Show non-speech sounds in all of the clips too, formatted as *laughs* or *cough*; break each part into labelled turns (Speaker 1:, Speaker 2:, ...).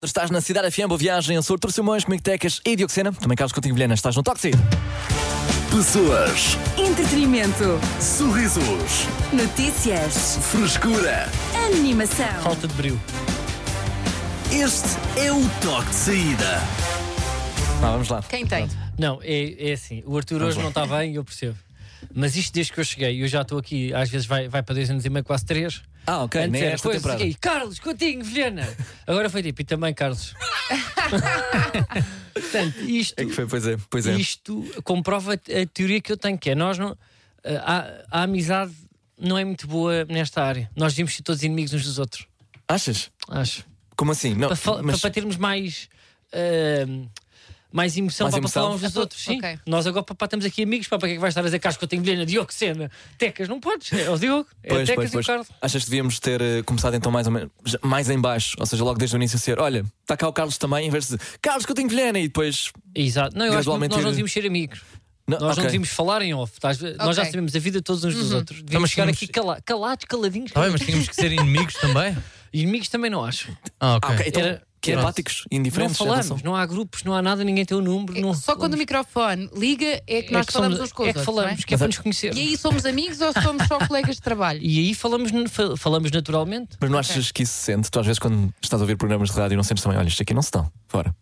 Speaker 1: Estás na Cidade FM, boa viagem, Açor, Torre Simões, comigo Tecas e Dioxena. Também Carlos Coutinho Vilhena, estás no Toxi.
Speaker 2: Pessoas,
Speaker 3: Entretenimento,
Speaker 2: sorrisos,
Speaker 3: notícias,
Speaker 2: frescura.
Speaker 3: animação.
Speaker 4: Falta de brilho.
Speaker 2: Este é o toque de saída.
Speaker 1: Ah, vamos lá.
Speaker 5: Quem tem?
Speaker 4: Não, é, é assim. O Arthur hoje não está bem, eu percebo. Mas isto desde que eu cheguei, eu já estou aqui, às vezes vai, vai para dois anos e meio, quase três.
Speaker 1: Ah, ok,
Speaker 4: Antes
Speaker 1: nem
Speaker 4: era
Speaker 1: era esta
Speaker 4: coisa,
Speaker 1: temporada.
Speaker 4: cheguei, Carlos,
Speaker 1: *laughs*
Speaker 4: Coutinho, Vilhena. Agora foi tipo, e também Carlos. Portanto, isto,
Speaker 1: É que foi, pois é, pois é.
Speaker 4: isto comprova a teoria que eu tenho, que é nós não. A, a amizade não é muito boa nesta área. Nós devíamos ser todos inimigos uns dos outros,
Speaker 1: Achas?
Speaker 4: acho.
Speaker 1: Como assim? Não,
Speaker 4: Para, fal-
Speaker 1: mas
Speaker 4: para termos mais. ah, mais emoção
Speaker 1: Mais
Speaker 4: para
Speaker 1: emoção?
Speaker 4: falar uns dos
Speaker 5: Ah,
Speaker 4: outros, sim.
Speaker 5: ok.
Speaker 4: Nós agora papá, estamos aqui amigos, papá, para que é que vais estar a dizer Carlos que eu tenho Vilhena, Diogo Sena? Tecas, não podes, é o Diogo, é
Speaker 1: Pois,
Speaker 4: Tecas
Speaker 1: pois, pois.
Speaker 4: e o Carlos.
Speaker 1: Achas que devíamos ter eh, começado então mais ou menos já- mais em baixo, ou seja, logo desde o início ser, olha, está cá o Carlos também, em vez de Carlos Coutinho Vilhena e depois.
Speaker 4: Exato, não, eu acho que
Speaker 1: Gradualmente
Speaker 4: nós
Speaker 1: ir-
Speaker 4: não devíamos ser amigos,
Speaker 1: Não,
Speaker 4: nós
Speaker 1: ok.
Speaker 4: não devíamos falar em off, estás- nós já sabemos a vida todos uns
Speaker 5: Uhum.
Speaker 4: dos outros. Devíamos
Speaker 6: mas
Speaker 4: chegar
Speaker 6: tínhamos-
Speaker 4: aqui cala- calados, caladinhos,
Speaker 1: Tá
Speaker 6: Está bem, mas tínhamos que ser inimigos também?
Speaker 4: *laughs* inimigos também não acho.
Speaker 1: Ah,
Speaker 6: Ah,
Speaker 1: ok, então,
Speaker 4: Era-
Speaker 1: que
Speaker 4: era-
Speaker 1: apáticos,
Speaker 4: Não
Speaker 1: indiferentes. era só-
Speaker 4: falamos, não há grupos, não há nada, ninguém tem o número. não
Speaker 5: É Só quando o
Speaker 4: falamos.
Speaker 5: microfone liga é que
Speaker 4: É
Speaker 5: nós
Speaker 4: que
Speaker 5: falamos
Speaker 4: somos-
Speaker 5: uns com os
Speaker 4: É que
Speaker 5: outros.
Speaker 4: falamos, que é
Speaker 1: Mas
Speaker 4: para
Speaker 1: a-
Speaker 4: nos conhecer.
Speaker 5: não é? E aí somos amigos ou somos só colegas de trabalho?
Speaker 4: E aí falamos, fa- falamos naturalmente.
Speaker 1: Mas não achas que isso se sente? Tu às vezes quando estás a ouvir programas de rádio não sentes também, olha, isto aqui não se dá, fora.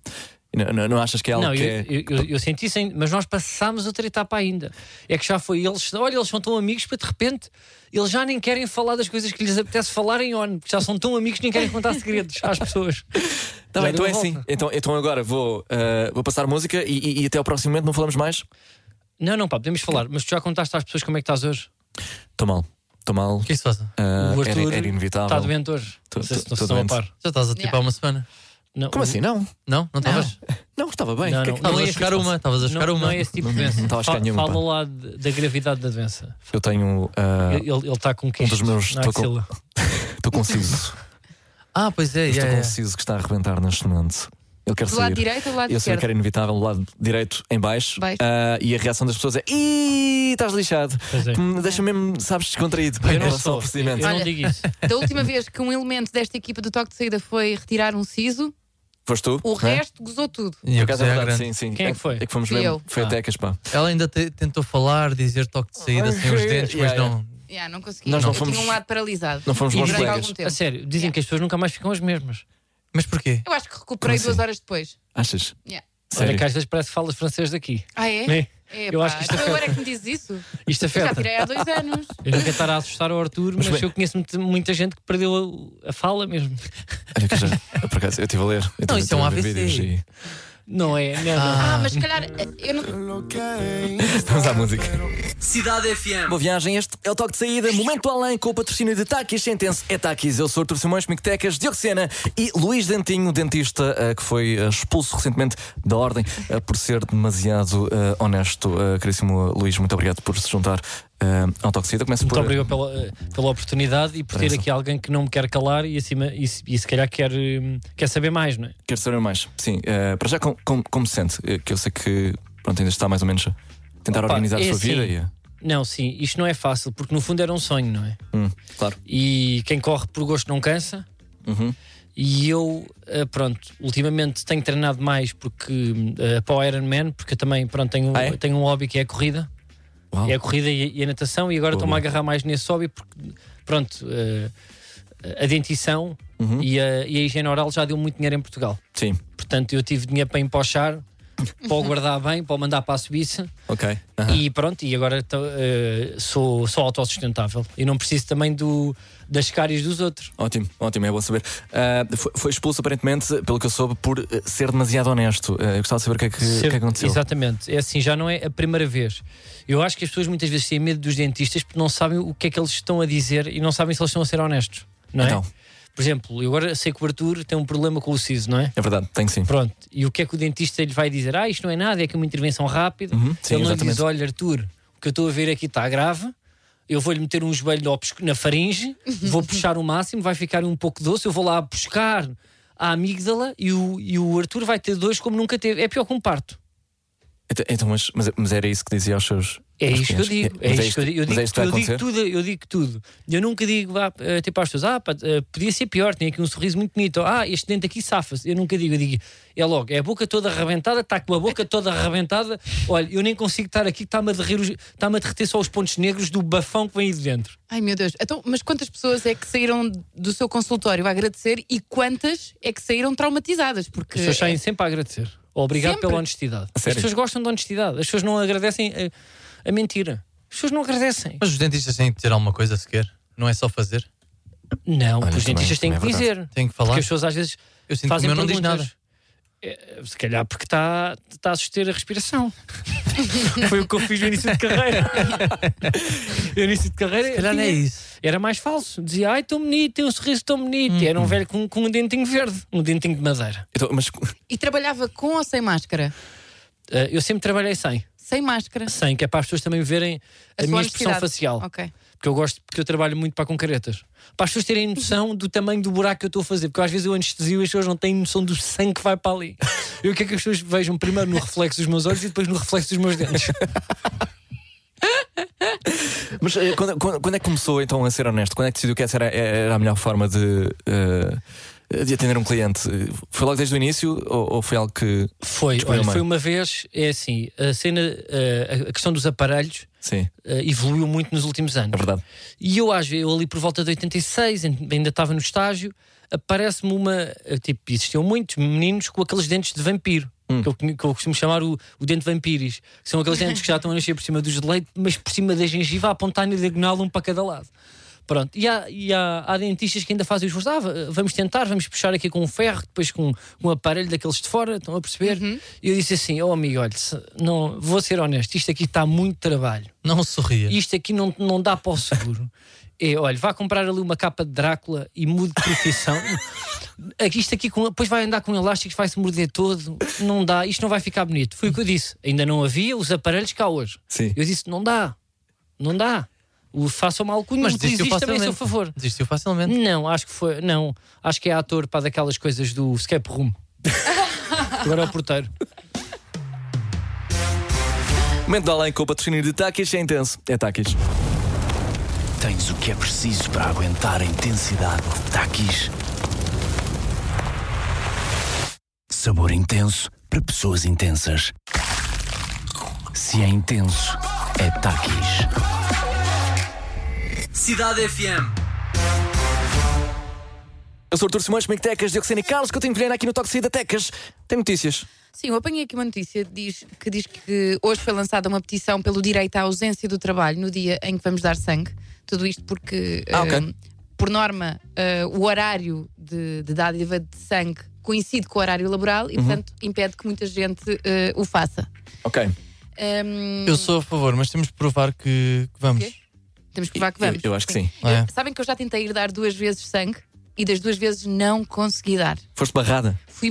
Speaker 1: E Não, não, não achas que é algo
Speaker 4: Não,
Speaker 1: que
Speaker 4: eu,
Speaker 1: é.
Speaker 4: eu, eu- eu senti isso, ainda, mas nós passámos outra etapa ainda. É que já foi eles, olha, eles são tão amigos, para de repente eles já nem querem falar das coisas que lhes apetece falar em ONU, porque já são tão amigos que nem querem contar segredos às pessoas.
Speaker 1: Tá
Speaker 4: Já
Speaker 1: bem, então
Speaker 4: deu
Speaker 1: é
Speaker 4: a
Speaker 1: assim.
Speaker 4: volta.
Speaker 1: Então, então agora vou, eh, vou passar música e, e- e até ao próximo momento não falamos mais.
Speaker 4: Não, não, pá, podemos falar, mas tu já contaste às pessoas como é que estás hoje.
Speaker 1: Estou mal. Estou mal.
Speaker 6: O que é isso faz? Já
Speaker 1: Ah,
Speaker 4: o
Speaker 1: era,
Speaker 4: Arthur
Speaker 1: era inevitável.
Speaker 4: está doente hoje.
Speaker 1: Tô-
Speaker 4: não sei se
Speaker 1: tô-
Speaker 4: não
Speaker 1: tô
Speaker 4: se estão a
Speaker 1: doente.
Speaker 4: par.
Speaker 6: estás a tipo há uma semana?
Speaker 4: Não,
Speaker 1: Como assim? Não?
Speaker 6: Não? Não estavas?
Speaker 1: Não, estava bem.
Speaker 4: Não,
Speaker 1: O que é
Speaker 4: não,
Speaker 1: que-
Speaker 6: Estavas
Speaker 4: é
Speaker 6: a
Speaker 4: esse
Speaker 6: chegar
Speaker 4: tipo-
Speaker 6: uma, estavas a
Speaker 4: não,
Speaker 6: chegar uma.
Speaker 4: não é esse tipo de doença.
Speaker 1: Não estava a chegar
Speaker 4: Fa-
Speaker 1: nenhuma, pá.
Speaker 4: Fala lá de- da gravidade da doença.
Speaker 1: Eu tenho. ah,
Speaker 4: Ele ele está com
Speaker 1: um
Speaker 4: queixo.
Speaker 1: dos meus.
Speaker 4: na
Speaker 1: Estou com,
Speaker 4: axila.
Speaker 1: tô com um
Speaker 4: *laughs*
Speaker 1: siso.
Speaker 6: Ah, pois é,
Speaker 1: Estou
Speaker 6: yeah,
Speaker 1: com um
Speaker 6: yeah.
Speaker 1: siso que está a arrebentar neste momento. Ele quer
Speaker 5: Do
Speaker 1: sair.
Speaker 5: lado direito ou do lado
Speaker 1: Eu sabia
Speaker 5: esquerdo?
Speaker 1: que era inevitável, o lado direito em baixo.
Speaker 5: Baixo.
Speaker 1: Ah, e a reação das pessoas é: Ih, estás lixado.
Speaker 4: Pois é.
Speaker 1: Que me Deixa mesmo, sabes, descontraído. em
Speaker 4: Eu não
Speaker 1: relação ao
Speaker 4: sou. Eu
Speaker 1: procedimento.
Speaker 4: não
Speaker 5: Olha,
Speaker 4: digo isso.
Speaker 5: Da última vez que um elemento desta equipa do toque de saída foi retirar um siso,
Speaker 1: Foste tu?
Speaker 5: o
Speaker 1: não é?
Speaker 5: resto gozou tudo.
Speaker 6: E
Speaker 1: Por
Speaker 6: eu
Speaker 1: acaso é
Speaker 6: gozei à
Speaker 1: verdade,
Speaker 6: grande.
Speaker 1: sim, sim.
Speaker 4: Quem é que foi?
Speaker 1: É que fomos
Speaker 5: Fui
Speaker 1: mesmo.
Speaker 5: eu.
Speaker 1: Foi a
Speaker 4: Ah.
Speaker 1: Tecas, pá.
Speaker 6: Ela ainda te- tentou falar, dizer toque de saída sem os dentes, mas
Speaker 1: Yeah,
Speaker 6: não.
Speaker 5: Ah, não consegui.
Speaker 1: Nós não
Speaker 5: eu
Speaker 1: fomos-
Speaker 5: tinha um lado paralisado.
Speaker 1: Não fomos
Speaker 5: E
Speaker 1: bons
Speaker 5: durante
Speaker 1: colegas.
Speaker 5: algum
Speaker 4: A
Speaker 5: tempo.
Speaker 4: sério, dizem que as pessoas nunca mais ficam as mesmas.
Speaker 6: Mas porquê?
Speaker 5: Eu acho que recuperei
Speaker 1: Como
Speaker 5: duas
Speaker 1: assim?
Speaker 5: horas depois.
Speaker 1: Achas?
Speaker 5: Yeah.
Speaker 4: Olha
Speaker 1: Sério?
Speaker 4: que às vezes parece que falas francês daqui.
Speaker 5: Ah, é?
Speaker 4: Né?
Speaker 5: É,
Speaker 4: Eu
Speaker 5: pá.
Speaker 4: acho que isto
Speaker 5: Então
Speaker 4: afeta.
Speaker 5: agora é que me diz isso.
Speaker 4: Isto
Speaker 5: Eu já
Speaker 4: afeta.
Speaker 5: tirei há dois anos.
Speaker 4: Eu não quero estar a assustar o Arthur, mas,
Speaker 1: bem-
Speaker 4: eu conheço muito- muita gente que perdeu a, a fala mesmo.
Speaker 1: Olha que já. *laughs* eu, Por acaso, eu estive a ler. Eu
Speaker 6: Não,
Speaker 1: tive-
Speaker 6: isso é um
Speaker 1: tive a ver
Speaker 6: AVC.
Speaker 1: vídeos e-
Speaker 4: Não é? Não,
Speaker 5: Ah, mas se calhar. eh, Eu não...
Speaker 1: Vamos à música.
Speaker 2: Cidade
Speaker 1: *laughs*
Speaker 2: FM.
Speaker 1: Boa viagem, este é o toque de saída. Momento além com o patrocínio de Takis. Sentença é Takis. Eu sou Artur Simões, Mictecas, Diogo Sena e Luís Dentinho, dentista eh, que foi eh, expulso recentemente da Ordem eh, por ser demasiado eh, honesto. Eh, caríssimo eh, Luís, muito obrigado por se juntar eh, ao toque de saída. Começo
Speaker 4: Muito
Speaker 1: por.
Speaker 4: obrigado pela, eh, pela oportunidade e por ter
Speaker 1: Parece.
Speaker 4: aqui alguém que não me quer calar e, acima, e, se- e se calhar quer, hum, quer saber mais, não é?
Speaker 1: Quero saber mais. Sim, eh, para já, com- com- como se sente? Eh, que eu sei que pronto, ainda está mais ou menos a tentar
Speaker 4: Opa,
Speaker 1: organizar a
Speaker 4: é
Speaker 1: sua vida.
Speaker 4: assim.
Speaker 1: E, eh,
Speaker 4: Não, sim, isto não é fácil, porque no fundo era um sonho, não é?
Speaker 1: hum, claro.
Speaker 4: E quem corre por gosto não cansa.
Speaker 1: Uhum.
Speaker 4: E eu, eh, pronto, ultimamente tenho treinado mais porque eh, para o Ironman, porque eu também pronto, tenho,
Speaker 1: Ah, é?
Speaker 4: tenho um hobby que é a corrida.
Speaker 1: Uau.
Speaker 4: É a corrida e, e a natação, e agora
Speaker 1: Boa,
Speaker 4: estou-me a
Speaker 1: boa.
Speaker 4: agarrar mais nesse hobby porque, pronto, eh, a dentição
Speaker 1: Uhum.
Speaker 4: e, a, e a higiene oral já deu muito dinheiro em Portugal.
Speaker 1: Sim,
Speaker 4: Portanto, eu tive dinheiro para empochar,
Speaker 1: *laughs*
Speaker 4: para o guardar bem, para o mandar para a Suíça.
Speaker 1: ok. Aham.
Speaker 4: E pronto, e agora tô, eh, sou, sou autossustentável e não preciso também do, das cáries dos outros.
Speaker 1: Ótimo, ótimo, é bom saber. Ah, foi, foi expulso, aparentemente, pelo que eu soube, por eh, ser demasiado honesto. Ah, eu gostava de saber o que é que, o que é que aconteceu.
Speaker 4: Exatamente, é assim, já não é a primeira vez. Eu acho que as pessoas muitas vezes têm medo dos dentistas porque não sabem o que é que eles estão a dizer e não sabem se eles estão a ser honestos, não é?
Speaker 1: Então.
Speaker 4: Por exemplo, eu agora sei que o Arthur tem um problema com o siso, não é?
Speaker 1: É verdade, tenho sim.
Speaker 4: Pronto, e o que é que o dentista lhe vai dizer? Ah, isto não é nada, é que é uma intervenção rápida.
Speaker 1: Uhum, sim,
Speaker 4: Ele não lhe
Speaker 1: exatamente.
Speaker 4: diz: olha, Arthur, o que eu estou a ver aqui está grave, eu vou-lhe meter um joelho obscu- na faringe, vou puxar o máximo, vai ficar um pouco doce, eu vou lá buscar a amígdala e o, e o Arthur vai ter dois como nunca teve. É pior que um parto.
Speaker 1: Então, então, mas, mas, mas era isso que dizia aos seus.
Speaker 4: É
Speaker 1: aos
Speaker 4: isto que eu
Speaker 1: clientes?
Speaker 4: digo. É
Speaker 1: Mas
Speaker 4: isto que eu digo. Eu
Speaker 1: mas
Speaker 4: digo,
Speaker 1: é isto que vai
Speaker 4: eu digo
Speaker 1: acontecer?
Speaker 4: tudo, eu digo tudo. Eu nunca digo ah, eh, tipo às pessoas, ah, pá, eh, podia ser pior, tinha aqui um sorriso muito bonito, ou, ah, este dente aqui safa-se. Eu nunca digo, eu digo, é logo, é a boca toda arrebentada, está com a boca toda arrebentada. Olha, eu nem consigo estar aqui, está-me a, derrer os- está-me a derreter só os pontos negros do bafão que vem aí de dentro.
Speaker 5: Ai meu Deus, então, mas quantas pessoas é que saíram do seu consultório a agradecer e quantas é que saíram traumatizadas? Porque
Speaker 4: As
Speaker 1: É,
Speaker 4: pessoas saem sempre a agradecer. Obrigado
Speaker 5: Sempre.
Speaker 4: pela honestidade. As
Speaker 1: sério?
Speaker 4: pessoas gostam de honestidade, as pessoas não agradecem eh, a, a mentira. As pessoas não agradecem.
Speaker 6: Mas os dentistas têm que dizer alguma coisa sequer. Não é só fazer.
Speaker 4: Não,
Speaker 1: Olha,
Speaker 4: os
Speaker 1: também-
Speaker 4: dentistas têm
Speaker 1: também
Speaker 4: que
Speaker 1: é verdade.
Speaker 4: dizer.
Speaker 6: Têm que falar.
Speaker 4: Porque as pessoas às vezes
Speaker 6: Eu sinto que o
Speaker 4: fazem
Speaker 6: meu não diz
Speaker 4: perguntas.
Speaker 6: nada.
Speaker 4: É, se calhar porque está tá a suster a respiração. *laughs* Foi o que eu fiz no início de carreira. *laughs* no início de carreira.
Speaker 6: Se calhar não é
Speaker 4: tinha-
Speaker 6: isso.
Speaker 4: Era mais falso. Dizia, ai, tão bonito, tem um sorriso tão bonito. Era um
Speaker 6: Uhum.
Speaker 4: velho com, com um dentinho verde, um dentinho de madeira.
Speaker 1: Então, mas
Speaker 5: E trabalhava com ou sem máscara?
Speaker 4: Ah, eu sempre trabalhei sem.
Speaker 5: Sem máscara.
Speaker 4: Sem, que é para as pessoas também verem a,
Speaker 5: sua
Speaker 4: minha expressão
Speaker 5: honestidade.
Speaker 4: facial.
Speaker 5: Ok.
Speaker 4: Porque eu gosto, porque eu trabalho muito para com caretas. Para as pessoas terem noção do tamanho do buraco que eu estou a fazer. Porque às vezes eu anestesio e as pessoas não têm noção do sangue que vai para *laughs* ali. E o que é que as pessoas vejam primeiro no reflexo dos meus olhos e depois no reflexo dos meus dentes?
Speaker 1: mas eh, quando, quando- quando é que começou então a ser honesto? Quando é que decidiu que essa era, era a melhor forma de, eh, de atender um cliente? Foi logo desde o início ou, ou foi algo que.
Speaker 4: *laughs* Foi,
Speaker 1: Desculpa,
Speaker 4: olha,
Speaker 1: mãe.
Speaker 4: foi uma vez, é assim, a cena, eh, a questão dos aparelhos
Speaker 1: Sim,
Speaker 4: eh, evoluiu muito nos últimos anos.
Speaker 1: é verdade.
Speaker 4: E eu, às vezes, eu ali por volta de 86, ainda estava no estágio, aparece-me uma. Tipo, existiam muitos meninos com aqueles dentes de vampiro. Que, eu, que eu costumo chamar o, o dente vampiris, que são aqueles dentes que já estão a nascer por cima dos de leite, mas por cima da gengiva a apontar na diagonal um para cada lado. Pronto, e há, e há- há dentistas que ainda fazem os esforço. Ah, va- vamos tentar, vamos puxar aqui com um ferro, depois com, com um aparelho daqueles de fora, estão a perceber? E eu disse assim: Oh, amigo, olha, se- não, vou ser honesto, isto aqui está muito trabalho
Speaker 6: Não sorria.
Speaker 4: isto aqui não, não dá para o seguro. É, olha, vá comprar ali uma capa de Drácula e mude de profissão. Aqui, isto aqui, com, depois vai andar com elásticos, vai se morder todo. Não dá, isto não vai ficar bonito. Foi o que eu disse. Ainda não havia os aparelhos cá hoje.
Speaker 1: Sim.
Speaker 4: Eu disse: não dá, não dá. O faça mal cunho,
Speaker 6: Mas
Speaker 4: mas
Speaker 6: desistiu
Speaker 4: desiste também, a seu
Speaker 6: facilmente.
Speaker 4: favor.
Speaker 6: Desistiu facilmente.
Speaker 4: Não, acho que foi. Não, acho que é ator para daquelas coisas do escape room. Agora é o porteiro.
Speaker 1: Momento de além com o patrocínio de Takis é intenso. É Takis.
Speaker 2: Tens o que é preciso para aguentar a intensidade de taquis. Sabor intenso para pessoas intensas. Se é intenso, é taquis.
Speaker 7: Cidade FM.
Speaker 1: Eu sou o Artur Simões, comigo Tecas, Dioxina e Carlos, que eu tenho que aqui no Toque da Tecas. Tem notícias.
Speaker 5: Sim, eu apanhei aqui uma notícia diz, que diz que hoje foi lançada uma petição pelo direito à ausência do trabalho no dia em que vamos dar sangue. Tudo isto porque,
Speaker 1: Ah, ok.
Speaker 5: eh, por norma, eh, o horário de, de dádiva de sangue coincide com o horário laboral
Speaker 4: Uhum.
Speaker 5: e, portanto, impede que muita gente eh, o faça.
Speaker 1: Ok.
Speaker 5: Ehm,
Speaker 6: Eu sou a favor, mas temos de provar que, que vamos.
Speaker 5: Quê? temos que provar que vamos.
Speaker 1: Eu, eu acho que sim.
Speaker 6: Não é?
Speaker 5: Eu- Sabem que eu já tentei ir dar duas vezes sangue e das duas vezes não consegui dar.
Speaker 1: Foste barrada.
Speaker 5: Fui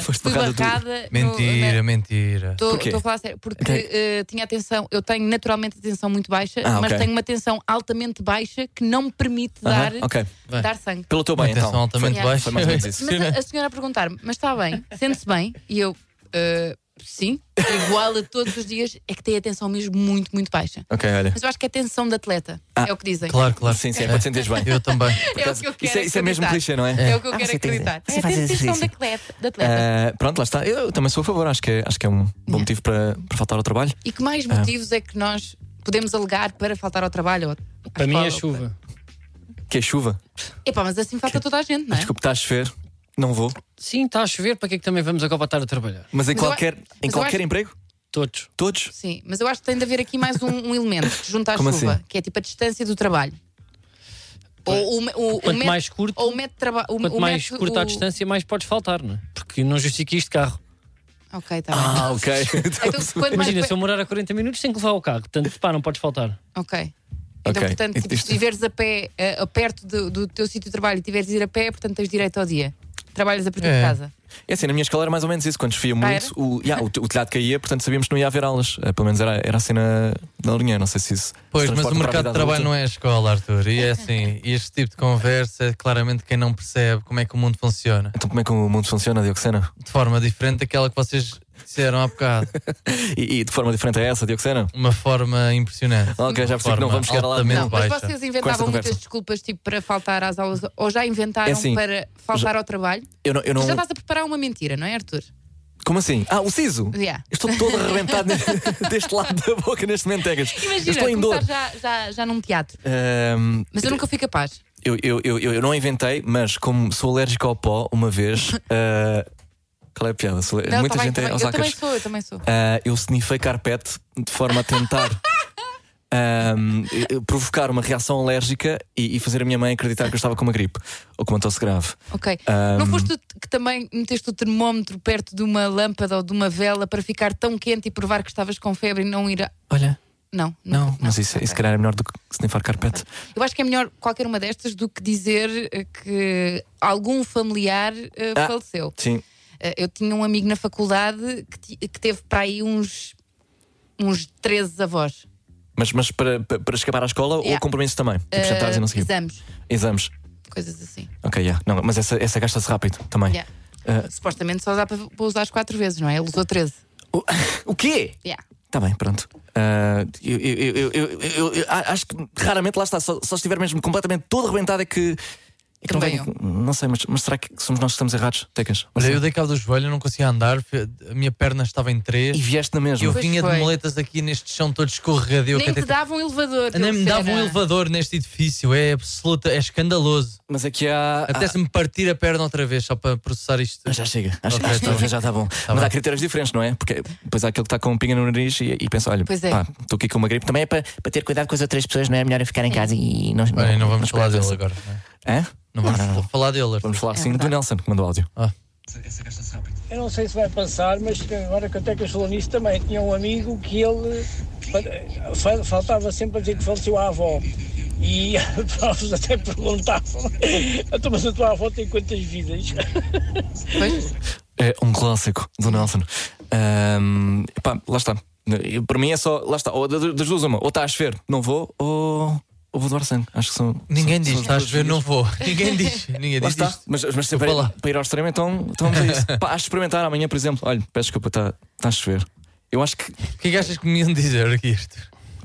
Speaker 1: *laughs* Foste
Speaker 5: fui
Speaker 1: barrada
Speaker 5: barrada.
Speaker 1: do-
Speaker 5: né?
Speaker 6: Mentira, mentira.
Speaker 5: Estou
Speaker 1: Porquê?
Speaker 5: a falar sério, porque
Speaker 1: Ok.
Speaker 5: eh, tinha atenção, eu tenho naturalmente atenção muito baixa,
Speaker 1: Ah,
Speaker 5: mas
Speaker 1: ok.
Speaker 5: tenho uma atenção altamente baixa que não me permite dar,
Speaker 1: Aham, ok.
Speaker 5: dar sangue.
Speaker 1: Pelo teu bem,
Speaker 6: Atenção
Speaker 1: então.
Speaker 6: altamente
Speaker 5: Foi-
Speaker 6: baixa.
Speaker 1: Foi mais ou menos isso.
Speaker 5: Mas a, a senhora a perguntar-me, mas está bem, sente-se bem? E eu, eh, sim, é igual a todos os dias, é que tem atenção mesmo muito, muito baixa.
Speaker 1: Ok, olha.
Speaker 5: Mas eu acho que é atenção de atleta, é o que dizem.
Speaker 6: *laughs* Claro, claro.
Speaker 1: Sim, sim, é para te sentires bem.
Speaker 6: Eu também.
Speaker 5: É o que
Speaker 1: Ah.
Speaker 5: eu quero
Speaker 1: Isso é, isso é mesmo
Speaker 5: acreditar.
Speaker 1: clichê, não é?
Speaker 5: É, o que eu
Speaker 1: Ah,
Speaker 5: quero
Speaker 1: você tem-
Speaker 5: acreditar.
Speaker 1: você
Speaker 5: É
Speaker 1: faz
Speaker 5: atenção de
Speaker 1: exercício.
Speaker 5: atleta. De atleta.
Speaker 1: Ah, pronto, lá está. Eu também sou a favor, acho que é, acho que é um bom motivo para, para faltar ao trabalho.
Speaker 5: E que mais motivos
Speaker 1: ah.
Speaker 5: é que nós podemos alegar para faltar ao trabalho? ou à
Speaker 4: Para mim é
Speaker 5: escola, ou-
Speaker 4: chuva.
Speaker 1: Que é chuva.
Speaker 5: Epá, mas assim falta toda a gente, não é?
Speaker 1: Desculpe, está a chover, não vou.
Speaker 4: Sim, está a chover, para que é que também vamos agora estar a trabalhar?
Speaker 1: Mas em
Speaker 5: Mas eu
Speaker 1: qualquer,
Speaker 5: a-
Speaker 1: em
Speaker 5: mas eu
Speaker 1: qualquer
Speaker 5: acho-
Speaker 1: emprego,
Speaker 4: Todos.
Speaker 1: todos.
Speaker 5: *laughs* Sim, mas eu acho que tem de haver aqui mais um, um elemento que junta à
Speaker 1: Como
Speaker 5: chuva,
Speaker 1: assim?
Speaker 5: que é tipo a distância do trabalho. Ou o, me- o, o
Speaker 4: Quanto
Speaker 5: metro-
Speaker 4: mais curto-
Speaker 5: ou o metro de trabalho.
Speaker 4: Quanto mais curta a distância, mais podes faltar, não é? Porque não justifica isto carro.
Speaker 5: Ok, tá bem.
Speaker 1: Ah, ok.
Speaker 5: Então, quanto mais...
Speaker 4: Imagina, se eu morar a 40 minutos, tenho que levar o carro. Portanto, pá, não podes faltar.
Speaker 5: Ok. Então,
Speaker 1: Ok.
Speaker 5: portanto, tipo,
Speaker 1: Isto-
Speaker 5: se estiveres a pé, eh, a- perto do, do teu sítio de trabalho e tiveres de ir a pé, portanto tens direito ao dia. Trabalhas a partir
Speaker 6: É.
Speaker 5: de casa.
Speaker 1: É assim, na minha escola era mais ou menos isso. Quando chovia
Speaker 5: Ah,
Speaker 1: muito, o, yeah, o, te- o telhado caía, portanto sabíamos que não ia haver aulas. Eh, Pelo menos era, era a cena da linha, não sei *laughs* se isso.
Speaker 6: Pois, mas o mercado de trabalho não é a escola, Arthur. E é assim, e este tipo de conversa é claramente quem não percebe como é que o mundo funciona. *laughs*
Speaker 1: Então como é que o mundo funciona, Dioxena?
Speaker 6: De forma diferente daquela que vocês Disseram há bocado.
Speaker 1: E, e de forma diferente a essa, Dioxena?
Speaker 6: Uma forma impressionante.
Speaker 1: Ok, já percebi que não
Speaker 6: Forma
Speaker 1: vamos chegar lá.
Speaker 6: altamente
Speaker 5: Não, mas
Speaker 6: baixa.
Speaker 5: vocês
Speaker 1: Com esta
Speaker 5: inventavam
Speaker 1: conversa.
Speaker 5: muitas desculpas tipo para faltar às aulas ou já inventaram
Speaker 1: É assim,
Speaker 5: para faltar ao trabalho?
Speaker 1: Eu não, eu não...
Speaker 5: Já estás a preparar uma mentira, não é, Arthur?
Speaker 1: Como assim? Ah, o siso?
Speaker 5: Yeah.
Speaker 1: Eu Estou todo
Speaker 5: *laughs*
Speaker 1: arrebentado *laughs* ne- deste lado da boca neste Mentegas. Eu
Speaker 5: Imagina,
Speaker 1: Estou em dor.
Speaker 5: começar já, já, já num teatro.
Speaker 1: Ahm,
Speaker 5: Mas eu nunca fui capaz.
Speaker 1: eu, eu, eu, eu não inventei, mas como sou alérgico ao pó, uma
Speaker 5: *laughs*
Speaker 1: vez. ah, qual é a piada? Sou-
Speaker 5: Não, tá
Speaker 1: Muita
Speaker 5: também,
Speaker 1: gente é
Speaker 5: também-
Speaker 1: aos
Speaker 5: eu também
Speaker 1: sacas.
Speaker 5: sou, eu também sou.
Speaker 1: Ah, eu snifei carpete de forma a *laughs* tentar. ahm, eh, provocar uma reação alérgica e, e fazer a minha mãe acreditar que eu estava com uma gripe ou com uma tosse grave.
Speaker 5: Ok.
Speaker 1: Ahm.
Speaker 5: Não foste tu que também meteste o termómetro perto de uma lâmpada ou de uma vela para ficar tão quente e provar que estavas com febre e não ir a.
Speaker 1: Olha,
Speaker 5: Não, nunca-
Speaker 1: não, mas isso,
Speaker 5: ok.
Speaker 1: isso se calhar é melhor do que snifar carpete.
Speaker 5: Eu acho que é melhor qualquer uma destas do que dizer eh, que algum familiar eh,
Speaker 1: Ah.
Speaker 5: faleceu.
Speaker 1: Sim.
Speaker 5: Eh, eu tinha um amigo na faculdade que, ti- que teve para aí uns, uns 13 avós.
Speaker 1: Mas, mas para, para para escapar à escola ou
Speaker 5: Yeah.
Speaker 1: compromissos também? Tipo jantares e não
Speaker 5: Eh,
Speaker 1: sei o quê.
Speaker 5: exames,
Speaker 1: Exames.
Speaker 5: coisas assim.
Speaker 1: Ok, yeah. não, mas essa, essa gasta-se rápido também.
Speaker 5: Yeah.
Speaker 1: eh,
Speaker 5: Supostamente só dá para, para usar as 4 vezes, não é? Ele usou 13.
Speaker 1: O, *laughs* o quê?
Speaker 5: Yeah.
Speaker 1: Tá bem, pronto. Ah, eu, eu- eu- eu- eu- eu a- acho que raramente lá está, só, só estiver mesmo completamente todo arrebentado é que. É que não,
Speaker 5: Também
Speaker 1: vai- não sei, mas, mas será que somos nós que estamos errados? Tecas. Não
Speaker 6: Olha,
Speaker 1: sei.
Speaker 6: eu dei cabo do joelho, eu não conseguia andar, fe- a minha perna estava em três.
Speaker 1: E vieste na
Speaker 6: E eu
Speaker 1: mesma.
Speaker 5: Pois
Speaker 6: vinha
Speaker 5: foi.
Speaker 6: de moletas aqui neste chão todo escorregadio. que
Speaker 5: Nem
Speaker 6: até- tipo,
Speaker 5: te dava um elevador.
Speaker 6: Nem me dava um
Speaker 5: Lucena.
Speaker 6: elevador neste edifício, é absoluta, é escandaloso.
Speaker 1: Mas aqui há.
Speaker 6: Até
Speaker 1: há-
Speaker 6: se me partir a perna outra vez, só para processar isto.
Speaker 1: Ah, Já chega, acho
Speaker 6: Ok,
Speaker 1: acho
Speaker 6: tá
Speaker 1: que já está bom. Mas há
Speaker 6: bem.
Speaker 1: critérios diferentes, não é? Porque depois há aquele que está com um pinga no nariz e, e pensa: olha,
Speaker 5: Pois é.
Speaker 1: pá, estou aqui com uma gripe. Também é para, para ter cuidado com as outras pessoas, não é? É Melhor eu ficar em casa e não.
Speaker 6: Olha, não vamos falar
Speaker 1: esperamos
Speaker 6: dele agora. não é?
Speaker 1: essa. Hã?
Speaker 6: Não vamos
Speaker 1: não, não.
Speaker 6: falar dele.
Speaker 1: Vamos falar sim do
Speaker 5: É verdade.
Speaker 1: Nelson, que mandou áudio.
Speaker 7: Eu não sei se vai passar, mas agora que até que eu sou nisso também. Tinha um amigo que ele fa- faltava sempre a dizer que faleceu a avó. E *laughs* os até perguntavam, "Então, mas a tua avó tem quantas vidas?
Speaker 5: Pois?
Speaker 1: É um clássico do Nelson. Ahm, pá, lá está. Eu- Para mim é só. Lá está. Ou da- das duas, uma. Ou está a chover, não vou, ou, ou vou doar sangue. Acho que são.
Speaker 6: Ninguém
Speaker 1: são-
Speaker 6: diz,
Speaker 1: são as
Speaker 6: estás a
Speaker 1: duas
Speaker 6: ver?
Speaker 1: vias.
Speaker 6: Não vou. Ninguém diz. Ninguém
Speaker 1: Lá
Speaker 6: diz.
Speaker 1: está.
Speaker 6: isto.
Speaker 1: Mas, mas se é
Speaker 6: Eu
Speaker 1: para,
Speaker 6: vou lá.
Speaker 1: para ir ao extremo, então, então vamos a
Speaker 6: *laughs*
Speaker 1: isso. Pá, acho experimentar amanhã, por exemplo. Olha, peço desculpa, está está a chover. Eu acho que.
Speaker 6: O que é que achas que me iam dizer aqui isto?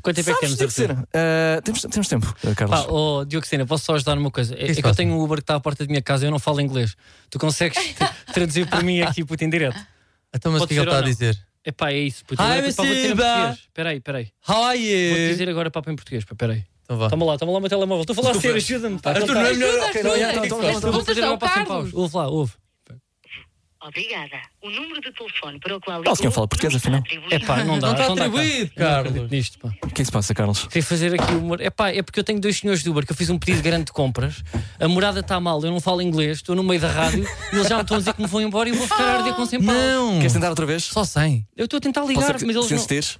Speaker 4: Quanto tempo é que
Speaker 1: Sabes,
Speaker 4: temos,
Speaker 1: Diogo
Speaker 4: Arthur?
Speaker 1: Sena? Ah, temos, temos tempo, eh, Carlos.
Speaker 4: Pá, oh, Diogo Sena, posso só ajudar numa coisa? É,
Speaker 6: Isso
Speaker 4: é que eu
Speaker 6: faz.
Speaker 4: tenho um Uber que está à porta da minha casa e eu não falo inglês. Tu consegues tra- traduzir para mim aqui, puto, em direto?
Speaker 6: Então, mas o
Speaker 4: Pode
Speaker 6: que é que
Speaker 4: ser
Speaker 6: ele está a
Speaker 4: ou não?
Speaker 6: dizer?
Speaker 4: Epá, é isso, puto.
Speaker 6: Ai,
Speaker 4: Agora, pá, vou dizer em
Speaker 6: Maciba!
Speaker 4: português. Espera aí, espera aí.
Speaker 6: How are
Speaker 4: Vou
Speaker 6: you?
Speaker 4: dizer agora papo em português, pá, espera aí.
Speaker 6: Então vá.
Speaker 4: Toma lá, toma lá o meu telemóvel. Estou a falar a sério,
Speaker 6: Desculpa.
Speaker 4: ajuda-me, pá.
Speaker 6: Arthur, não é melhor. ok, não,
Speaker 5: Ajuda,
Speaker 6: já, então,
Speaker 5: ajuda.
Speaker 6: então, então,
Speaker 4: Eu vou
Speaker 5: Perguntas
Speaker 4: fazer
Speaker 5: ao
Speaker 4: agora passo em
Speaker 5: Carlos.
Speaker 4: paus. Ouve lá, ouve.
Speaker 8: Obrigada. O número de telefone para o qual
Speaker 1: Ah, o senhor
Speaker 8: ligou
Speaker 1: fala português,
Speaker 8: não está
Speaker 1: afinal.
Speaker 8: atribuído.
Speaker 4: Epá, não dá.
Speaker 6: Não está
Speaker 4: dá, cara.
Speaker 6: atribuído,
Speaker 4: Não
Speaker 6: Carlos.
Speaker 4: acredito Nisto, pá.
Speaker 1: O que é que se passa, Carlos?
Speaker 4: Queria fazer aqui uma. Epá, é porque eu tenho dois senhores de Uber que eu fiz um pedido grande de compras. A morada está mal, eu não falo inglês, estou no meio da rádio e eles já me estão a dizer que me vão embora e eu vou ficar a arder com 100 paus.
Speaker 6: Não! é
Speaker 1: Queres tentar outra vez?
Speaker 6: Só 100.
Speaker 4: Eu estou a tentar
Speaker 1: Pode ser
Speaker 4: ligar,
Speaker 1: que
Speaker 4: mas eles
Speaker 1: se
Speaker 4: não.
Speaker 1: insistires,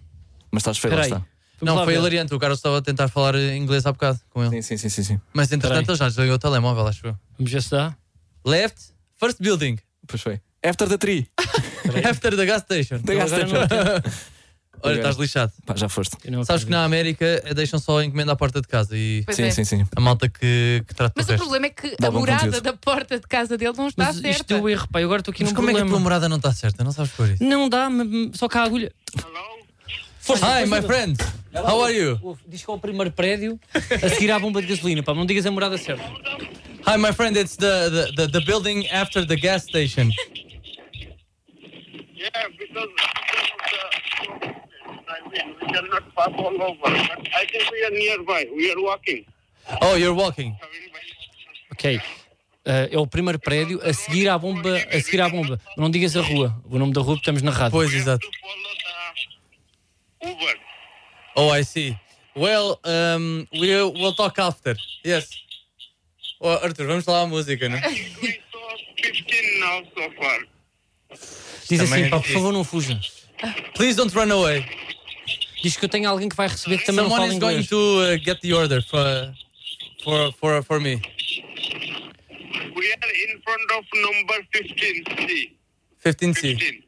Speaker 1: mas estás feio, lá
Speaker 4: Espera aí.
Speaker 1: está.
Speaker 4: Vamos
Speaker 6: Não,
Speaker 4: lá
Speaker 6: foi
Speaker 4: ver.
Speaker 6: hilariante. O Carlos estava a tentar falar inglês há bocado com
Speaker 1: Sim,
Speaker 6: ele.
Speaker 1: sim, sim, sim. sim.
Speaker 6: Mas entretanto
Speaker 4: Peraí.
Speaker 6: ele já desligou o telemóvel, acho eu.
Speaker 4: Vamos ver se dá.
Speaker 6: Left, first building,
Speaker 1: Pois foi. After the tree.
Speaker 6: Ah. after the gas station.
Speaker 1: The gas
Speaker 4: agora
Speaker 1: station.
Speaker 6: *laughs* Olha, estás lixado.
Speaker 1: Pá, já foste.
Speaker 4: Eu não
Speaker 6: Sabes que na América eh, deixam só a encomenda à porta de casa e
Speaker 5: Pois
Speaker 1: sim,
Speaker 5: é.
Speaker 1: sim, sim.
Speaker 6: a malta que, que trata
Speaker 5: Mas
Speaker 6: do
Speaker 5: o
Speaker 6: resto.
Speaker 5: problema é que
Speaker 1: Dá
Speaker 5: a
Speaker 1: bom
Speaker 5: morada
Speaker 1: conteúdo.
Speaker 5: da porta de casa dele não está
Speaker 4: Mas isto
Speaker 5: certa.
Speaker 4: deu erro, pá. Eu agora estou aqui
Speaker 6: Mas
Speaker 4: num
Speaker 6: como é que a tua
Speaker 4: problema.
Speaker 6: morada não está certa? Não sabes por isso.
Speaker 4: Não dá, me- me- só que há agulha. Força,
Speaker 6: Hi,
Speaker 4: força.
Speaker 6: my friend, how are you?
Speaker 4: Ouve, Diz que é o primeiro prédio a seguir à bomba de gasolina, pá. Não digas a morada certa.
Speaker 6: Hi, my friend, it's the, the, the, the building after the gas station.
Speaker 9: Yeah, because of the, I mean, uh, we cannot pass all over. But I think we are nearby. We are walking.
Speaker 6: Oh, you're walking.
Speaker 4: Ok. Ah, é o primeiro prédio a seguir à bomba. A seguir à bomba. Não digas a rua. O nome da rua, porque estamos na rádio.
Speaker 6: Pois, é.
Speaker 9: We have
Speaker 6: exato.
Speaker 9: to follow the Uber.
Speaker 6: Oh, I see. Well, um, we, we'll talk after. Yes. Oh, Arthur, vamos lá à música, não é?
Speaker 9: We saw 15 now so far.
Speaker 4: Diz assim,
Speaker 6: Também-
Speaker 4: pá, por favor, não fuja.
Speaker 6: Please don't run away.
Speaker 4: Diz que eu tenho alguém que vai receber que também não
Speaker 6: Someone
Speaker 4: fala
Speaker 6: is going
Speaker 4: inglês.
Speaker 6: to uh, get the order for, for, for, for me.
Speaker 9: We are in front of number 15. See,
Speaker 6: 15C.
Speaker 9: 15.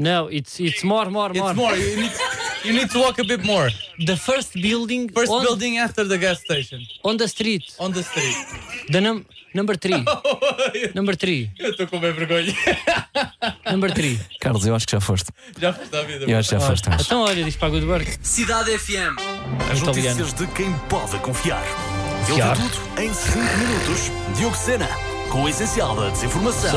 Speaker 4: No, it's, it's more, more, more.
Speaker 6: It's more. You need, You need to walk a bit more.
Speaker 4: The first building
Speaker 6: First
Speaker 4: on,
Speaker 6: building after the gas station.
Speaker 4: on the street.
Speaker 6: On the street.
Speaker 4: The num number three. number three.
Speaker 6: *laughs* Eu estou com bem vergonha. *laughs*
Speaker 4: Number three.
Speaker 1: Carlos, eu acho que já foste.
Speaker 6: Já fiz a vida.
Speaker 1: Eu acho que já foste. mas-
Speaker 4: Então olha, diz para a Good Work.
Speaker 2: Cidade FM.
Speaker 4: As
Speaker 2: Notícias de quem pode confiar. Ele
Speaker 4: Fiar.
Speaker 2: tem tudo em 5 minutos. Diogo Sena, com o essencial da desinformação.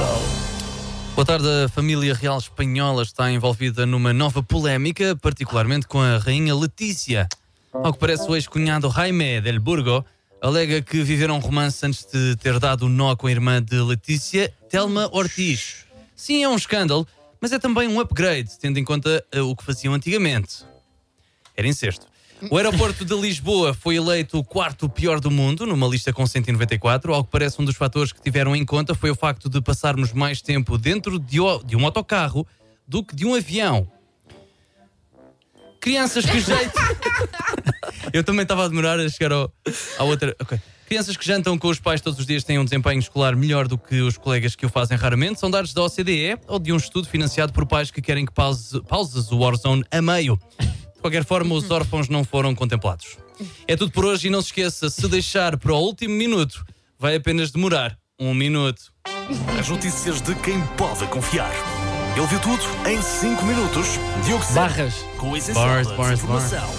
Speaker 6: Boa tarde. A família real espanhola está envolvida numa nova polémica, particularmente com a rainha Letícia. Ao que parece, o ex-cunhado Jaime del Burgo alega que viveram um romance antes de ter dado o nó com a irmã de Letícia, Telma Ortiz. Sim, é um escândalo, mas é também um upgrade, tendo em conta eh, o que faziam antigamente. Era incesto. O aeroporto de Lisboa foi eleito o quarto pior do mundo, numa lista com 194. Ao que parece, um dos fatores que tiveram em conta foi o facto de passarmos mais tempo dentro de, o- de um autocarro do que de um avião. Crianças que jeito. Eu também estava a demorar a chegar ao, à outra. ok. Crianças que jantam com os pais todos os dias têm um desempenho escolar melhor do que os colegas que o fazem raramente. São dados da OCDE ou de um estudo financiado por pais que querem que pause, pauses o Warzone a meio. De qualquer forma, os órfãos não foram contemplados. É tudo por hoje e não se esqueça: se deixar para o último minuto, vai apenas demorar um minuto.
Speaker 2: As notícias de quem pode confiar. Ele viu tudo em 5 minutos. Diogo Sena,
Speaker 4: Barras.
Speaker 2: com o essencial
Speaker 6: Bars,
Speaker 2: da
Speaker 6: bars,
Speaker 2: desinformação.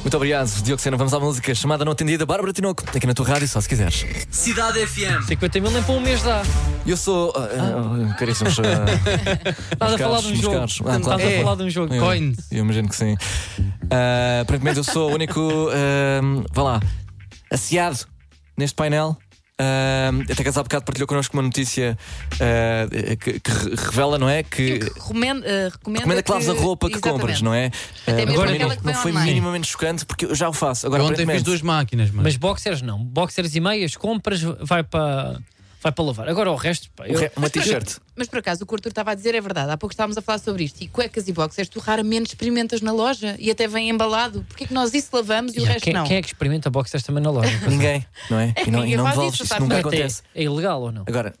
Speaker 1: Muito obrigado, Diogo Sena. Vamos à música chamada não atendida. Bárbara Tinoco, aqui na tua rádio, só se quiseres.
Speaker 2: Cidade FM.
Speaker 4: 50 mil nem para um mês dá.
Speaker 1: Eu sou. ah, ah, Caríssimos.
Speaker 4: Estás a falar de um jogo.
Speaker 1: Ah,
Speaker 4: Estás
Speaker 1: claro.
Speaker 4: a
Speaker 6: É.
Speaker 4: falar de um
Speaker 1: *laughs*
Speaker 4: jogo.
Speaker 1: Eu-
Speaker 6: Coins.
Speaker 1: Eu imagino que sim. Ah, aparentemente eu sou o único, ahm, vá lá, asseado neste painel. Ahm, até que há bocado partilhou connosco uma notícia ah, que, que re- revela, não é? Que
Speaker 5: Que recomenda, eh, recomenda,
Speaker 1: recomenda que laves a roupa que
Speaker 5: Exatamente.
Speaker 1: compras, não é? Ah,
Speaker 5: mesmo
Speaker 1: para mim
Speaker 5: aquela
Speaker 1: não,
Speaker 5: que
Speaker 1: não
Speaker 5: vem
Speaker 1: foi
Speaker 5: online.
Speaker 1: minimamente chocante porque eu já o faço. Agora,
Speaker 6: Eu ontem fiz
Speaker 1: aparentemente,
Speaker 6: duas máquinas, mano.
Speaker 4: Mas boxers não. Boxers e meias, compras, vai para. Vai para lavar. Agora o resto, pá, eu-
Speaker 1: o re- uma t-shirt.
Speaker 5: Mas por acaso, o que o Arthur estava a dizer é verdade. Há pouco estávamos a falar sobre isto. E cuecas e boxers tu raramente experimentas na loja e até vem embalado. Porquê é que nós isso lavamos e o
Speaker 4: Yeah,
Speaker 5: resto
Speaker 4: quem,
Speaker 5: não?
Speaker 4: quem é que experimenta boxers também
Speaker 1: *laughs*
Speaker 4: na loja? *laughs*
Speaker 1: Ninguém, não é? E não, e
Speaker 5: ninguém
Speaker 1: não
Speaker 5: faz
Speaker 1: devolves,
Speaker 5: isso,
Speaker 1: isso
Speaker 5: sabes?
Speaker 1: nunca
Speaker 4: Até
Speaker 1: acontece.
Speaker 4: é ilegal ou não?
Speaker 1: Agora,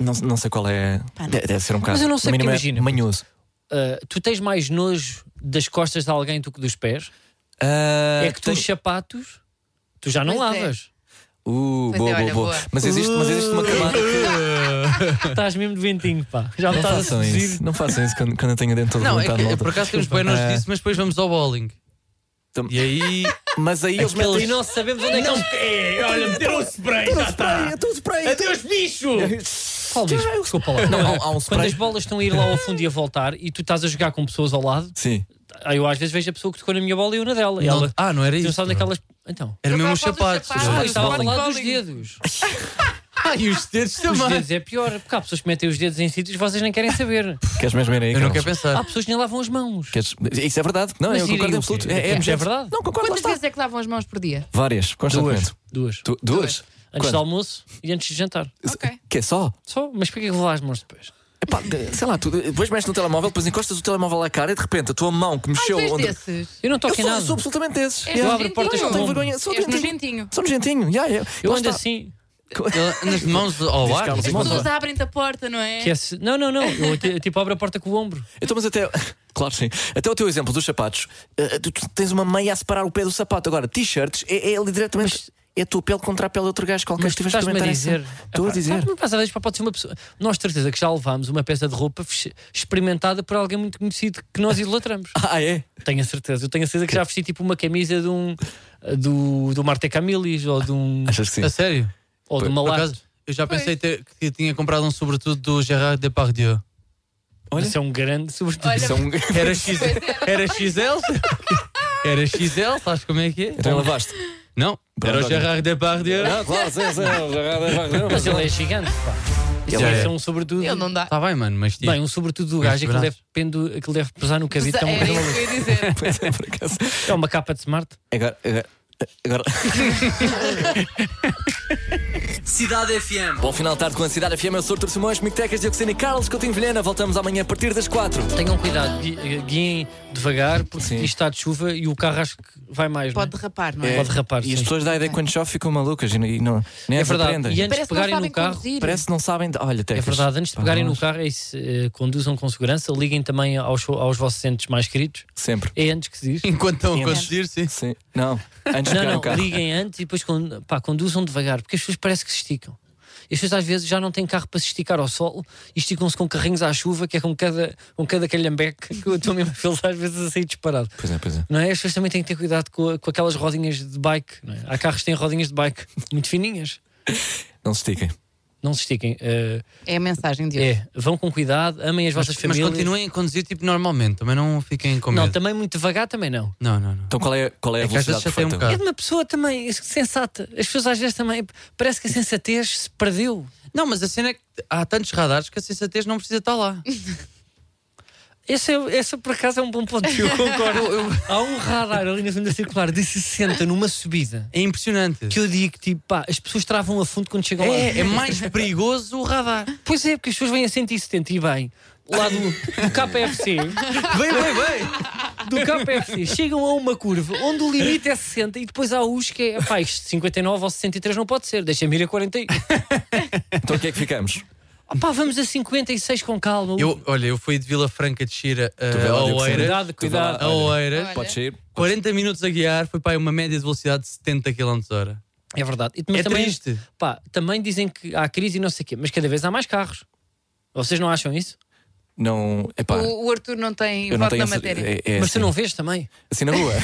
Speaker 1: não, não sei qual é.
Speaker 5: não.
Speaker 1: de- Deve ser um bocado.
Speaker 4: Mas eu não sei
Speaker 1: no
Speaker 4: porque
Speaker 1: mínimo é
Speaker 4: imagina.
Speaker 1: Manhoso.
Speaker 4: Ah, tu tens mais nojo das costas de alguém do que dos pés?
Speaker 1: Ah,
Speaker 4: é que tu
Speaker 1: tenho-
Speaker 4: os sapatos, tu já não
Speaker 5: Pois é.
Speaker 4: lavas.
Speaker 1: Uh,
Speaker 5: Pois
Speaker 1: boa,
Speaker 5: é,
Speaker 1: boa,
Speaker 5: olha,
Speaker 1: boa.
Speaker 5: boa.
Speaker 1: Mas, existe, mas existe uma camada.
Speaker 4: Estás mesmo de ventinho, pá. Já me
Speaker 1: Não
Speaker 4: estás a
Speaker 1: façam
Speaker 4: seduzir.
Speaker 1: isso. Não façam isso quando, quando eu tenho dentro
Speaker 6: Não, é
Speaker 1: vontade,
Speaker 6: que
Speaker 1: malta.
Speaker 6: por acaso temos bem nós disso, mas depois vamos ao bowling.
Speaker 1: Tam-
Speaker 6: E aí.
Speaker 1: Mas aí eles
Speaker 4: Aquele- E
Speaker 1: metem.
Speaker 4: não sabemos onde é que eles.
Speaker 6: é, olha, meteu o spray, já
Speaker 1: Ai, eu tô spray.
Speaker 6: Adeus, bicho!
Speaker 4: Qual bicho? Desculpa lá.
Speaker 1: Não, há- há um
Speaker 4: Quando
Speaker 1: spray.
Speaker 4: as bolas estão a ir lá ao fundo e a voltar e tu estás a jogar com pessoas ao lado,
Speaker 1: Sim.
Speaker 4: aí eu às vezes vejo a pessoa que tocou na minha bola e eu na dela. E
Speaker 6: Não-
Speaker 4: ela,
Speaker 6: ah, não era
Speaker 4: tu não
Speaker 6: isso.
Speaker 4: sabes daquelas. Então.
Speaker 6: Era mesmo os
Speaker 5: Estava a falar dos
Speaker 6: sapatos.
Speaker 5: sapatos.
Speaker 4: Ah,
Speaker 5: Ah,
Speaker 6: os
Speaker 4: estava a
Speaker 5: isso
Speaker 6: bowling.
Speaker 5: é
Speaker 4: falar dos
Speaker 5: bowling.
Speaker 4: dedos.
Speaker 6: Ah, e os dedos
Speaker 4: Os
Speaker 6: também.
Speaker 4: dedos é pior, porque há pessoas que metem os dedos em sítios que vocês nem querem saber.
Speaker 1: Queres mesmo ir aí?
Speaker 6: Eu não
Speaker 1: Carlos?
Speaker 6: quero
Speaker 4: Há
Speaker 6: pensar.
Speaker 4: pessoas que nem lavam as mãos.
Speaker 1: Queres- Isso é verdade. Não,
Speaker 4: Mas
Speaker 1: eu
Speaker 4: irem
Speaker 1: concordo em
Speaker 4: o quê?
Speaker 1: absoluto.
Speaker 4: É, é verdade.
Speaker 1: Não, concordo. lá
Speaker 5: Quantas
Speaker 1: está.
Speaker 5: vezes é que lavam as mãos por dia?
Speaker 1: Várias, constantemente.
Speaker 4: Duas. Duas.
Speaker 1: Tu- duas?
Speaker 4: Antes
Speaker 1: Quando?
Speaker 4: do almoço e antes de jantar.
Speaker 5: Ok.
Speaker 1: Que é só?
Speaker 4: Só? Mas porquê que vou lavar as mãos depois?
Speaker 1: Epá, de- sei lá, tu depois mexes no telemóvel, depois encostas o telemóvel à cara e de repente a tua mão que
Speaker 5: Ai,
Speaker 1: mexeu.
Speaker 5: tu és
Speaker 1: onde-
Speaker 5: Ah, desses.
Speaker 4: Eu não É
Speaker 1: Eu
Speaker 4: toco em
Speaker 1: sou,
Speaker 4: nada.
Speaker 1: eu sou absolutamente desses.
Speaker 5: És
Speaker 1: Yeah.
Speaker 4: abro portas
Speaker 1: Eu não
Speaker 4: com
Speaker 1: tenho
Speaker 4: o ombro.
Speaker 1: vergonha. Sou
Speaker 5: És
Speaker 1: nojentinho.
Speaker 5: nojentinho.
Speaker 1: Sou nojentinho. Yeah, yeah.
Speaker 4: É Eu
Speaker 1: Lá
Speaker 4: ando
Speaker 1: está.
Speaker 4: assim.
Speaker 6: Ele- Nas mãos ao
Speaker 1: Diz
Speaker 6: ar.
Speaker 1: Carlos,
Speaker 5: As
Speaker 1: Mãos
Speaker 5: pessoas abrem-te a porta, não é?
Speaker 4: Que é se- Não, não, não. Eu, ti- tipo abro a porta com o ombro.
Speaker 1: Então, mas até. *laughs* Claro que sim. Até o teu exemplo dos sapatos. eh, tu, tu tens uma meia a separar o pé do sapato. Agora, t-shirts é, é ali diretamente. É a tua pele contra a pele de outro gajo qualquer
Speaker 4: Mas
Speaker 1: que tiveste
Speaker 4: estás-me a dizer.
Speaker 1: Estou a
Speaker 4: Epá,
Speaker 1: dizer.
Speaker 4: sabe, Mas às vezes pá, pode ser uma pessoa. Nós, de certeza, que já levámos uma peça de roupa feche- experimentada por alguém muito conhecido que nós idolatramos.
Speaker 1: *laughs* Ah, é?
Speaker 4: *laughs* Tenho a certeza. Eu tenho a certeza que já vesti tipo uma camisa de um. do, do Marte Camilis ou de um.
Speaker 1: Achas que sim?
Speaker 6: A sério?
Speaker 4: ou de uma
Speaker 6: Por
Speaker 4: lata.
Speaker 6: acaso, eu já pensei ter- que tinha comprado um sobretudo do Gerard Depardieu.
Speaker 1: Olha.
Speaker 4: Isso é um grande. Sobretudo.
Speaker 5: Olha,
Speaker 1: Isso é um.
Speaker 6: Era, X, era XL? Era XL, sabes como é que é?
Speaker 1: *laughs* Então lavaste.
Speaker 6: Não, era o Gerard Depardieu.
Speaker 1: Ah, claro, sim, sim.
Speaker 4: Mas ele é gigante, pá. Isso
Speaker 6: Já
Speaker 4: deve
Speaker 6: é.
Speaker 4: ser um sobretudo.
Speaker 5: Ele não dá.
Speaker 6: Está bem, mano, mas tipo,
Speaker 4: Bem, um sobretudo do gajo é que ele
Speaker 6: braços.
Speaker 4: deve, pendo, é que ele deve pesar no cabide. que é um
Speaker 5: É
Speaker 4: grande
Speaker 5: isso que eu ia *laughs*
Speaker 1: *laughs*
Speaker 5: dizer.
Speaker 1: Pois é, por acaso.
Speaker 4: É uma capa de smart.
Speaker 1: Agora. agora- Agora.
Speaker 6: Cidade FM.
Speaker 1: Bom final de tarde com a Cidade FM. Eu sou o Artur Simões, Mictecas, Diocesana e Carlos Coutinho Vilhena. Voltamos amanhã a partir das 4.
Speaker 4: Tenham cuidado, gui- eh, guiem devagar, porque
Speaker 1: Sim.
Speaker 4: isto está de chuva e o carro acho que vai mais.
Speaker 5: Pode
Speaker 4: não
Speaker 5: derrapar, não
Speaker 4: é?
Speaker 5: é?
Speaker 4: Pode derrapar.
Speaker 1: E as
Speaker 4: sim.
Speaker 1: pessoas da ideia que quando chove ficam malucas e não- e não, nem
Speaker 4: É
Speaker 1: as
Speaker 4: verdade.
Speaker 1: aprendem.
Speaker 4: E antes
Speaker 5: Parece
Speaker 4: de
Speaker 5: que não
Speaker 4: pegarem no
Speaker 5: sabem
Speaker 4: carro,
Speaker 5: conduzir.
Speaker 1: Parece que não sabem. de- Olha,
Speaker 4: é
Speaker 1: Tecas.
Speaker 4: verdade, antes de
Speaker 1: pá,
Speaker 4: pegarem no
Speaker 1: nós-
Speaker 4: carro, é isso, eh, conduzam com segurança, liguem também aos, aos vossos entes mais queridos.
Speaker 1: Sempre.
Speaker 4: É antes que se diz.
Speaker 6: Enquanto estão a
Speaker 1: Temos.
Speaker 6: conduzir, sim.
Speaker 1: Sim. Não, antes de pegar
Speaker 4: Não,
Speaker 6: um
Speaker 1: no
Speaker 4: não,
Speaker 1: carro.
Speaker 4: liguem antes e depois con- pá, conduzam devagar, porque as pessoas parece que se esticam. E as pessoas às vezes já não têm carro para se esticar ao sol e esticam-se com carrinhos à chuva, que é com cada, com cada calhambeque que eu estou mesmo a fê-los às vezes a sair disparado.
Speaker 1: Pois é, pois é.
Speaker 4: Não é? As pessoas também têm que ter cuidado com, a- com aquelas rodinhas de bike. não é? Há carros que têm rodinhas de bike muito fininhas.
Speaker 1: Não se estiquem.
Speaker 4: Não se estiquem. eh,
Speaker 5: É a mensagem de hoje.
Speaker 4: é, vão com cuidado, amem as vossas
Speaker 6: Mas
Speaker 4: famílias.
Speaker 6: continuem a conduzir tipo normalmente, também não fiquem com medo.
Speaker 4: Não, também muito devagar também não.
Speaker 6: Não, não, não.
Speaker 1: Então qual é, qual é a
Speaker 6: É que às vezes
Speaker 1: velocidade
Speaker 6: já tem um
Speaker 1: perfeita?
Speaker 6: bocado.
Speaker 4: É de uma pessoa também sensata. As pessoas às vezes também. Parece que a sensatez se perdeu.
Speaker 6: Não, mas a cena é que há tantos radares que a sensatez não precisa estar lá.
Speaker 4: Esse, é, esse por acaso é um bom ponto. Eu concordo. Há um radar ali na Avenida Circular de 60 numa subida
Speaker 6: É impressionante.
Speaker 4: que eu digo que tipo, pá, as pessoas travam a fundo quando chegam lá.
Speaker 6: É, é mais perigoso o radar.
Speaker 4: Pois é, porque as pessoas vêm a 170 e bem. Lá do, do KFC,
Speaker 6: Vem, vem, vem!
Speaker 4: do KFC, chegam a uma curva onde o limite é 60 e depois há os que é, pá, isto 59 ou 63 não pode ser, deixa-me ir a 41.
Speaker 1: Então o que é que ficamos?
Speaker 4: Ah, pá, vamos a 56 com calma.
Speaker 6: Eu, olha, eu fui de Vila Franca de Xira
Speaker 1: Tu vê lá, é
Speaker 6: a, a
Speaker 1: Diogo Sena.
Speaker 6: Oeiras.
Speaker 4: Cuidado,
Speaker 1: Tu vê lá,
Speaker 4: cuidado.
Speaker 6: A Oeiras.
Speaker 1: Pode sair?
Speaker 6: 40 minutos a guiar, foi para aí uma média de velocidade de 70 km h
Speaker 4: É verdade. E- mas
Speaker 6: É triste.
Speaker 4: Pá, também dizem que há crise e não sei o quê, mas cada vez há mais carros. Vocês não acham isso?
Speaker 1: Não. Epá,
Speaker 5: O, o Arthur não tem
Speaker 1: eu não
Speaker 5: voto
Speaker 1: tenho
Speaker 5: na
Speaker 1: essa-
Speaker 5: matéria.
Speaker 1: é- é
Speaker 4: mas
Speaker 1: assim.
Speaker 4: tu não vês também?
Speaker 1: Assim na rua.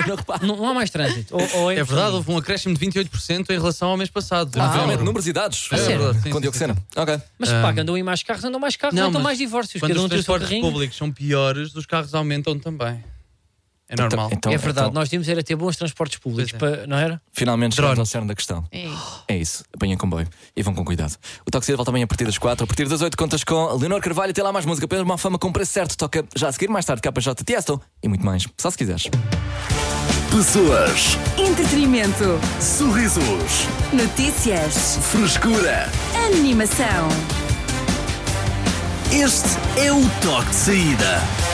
Speaker 1: Eu não reparo.
Speaker 4: Não, não há mais trânsito. Ou- ou
Speaker 6: É verdade, houve um acréscimo de 28% em relação ao mês passado. de
Speaker 1: Realmente,
Speaker 6: novembro.
Speaker 1: números e dados.
Speaker 6: É
Speaker 4: sério?
Speaker 6: verdade,
Speaker 1: Com
Speaker 6: sim, sim, sim,
Speaker 1: Dioxena. Ok.
Speaker 4: Mas pá, que andam aí mais carros, andam mais carros,
Speaker 6: Ah. Não,
Speaker 4: andam
Speaker 6: mas
Speaker 4: mais divórcios.
Speaker 6: Quando
Speaker 4: Cada um
Speaker 6: os
Speaker 4: tem o seu
Speaker 6: transportes
Speaker 4: carrinho.
Speaker 6: públicos são piores, os carros aumentam também. É normal.
Speaker 1: Então,
Speaker 4: é verdade,
Speaker 1: então,
Speaker 4: nós devíamos era ter bons transportes públicos,
Speaker 6: Pois é.
Speaker 4: para- não era?
Speaker 1: Finalmente chegamos
Speaker 6: Drone.
Speaker 1: ao cerne da questão.
Speaker 5: É isso.
Speaker 1: É isso. Apanhem comboio. E vão com cuidado. O Toxido volta amanhã a partir das 4. A partir das 8 contas com Leonor Carvalho. Até lá mais música. Pedro uma fama com preço certo. Toca já a seguir mais tarde. KJ Tiesto e muito mais. Só se quiseres.
Speaker 2: Pessoas,
Speaker 3: Entretenimento.
Speaker 2: sorrisos,
Speaker 3: Notícias.
Speaker 2: frescura.
Speaker 3: Animação.
Speaker 2: Este é o toque de saída.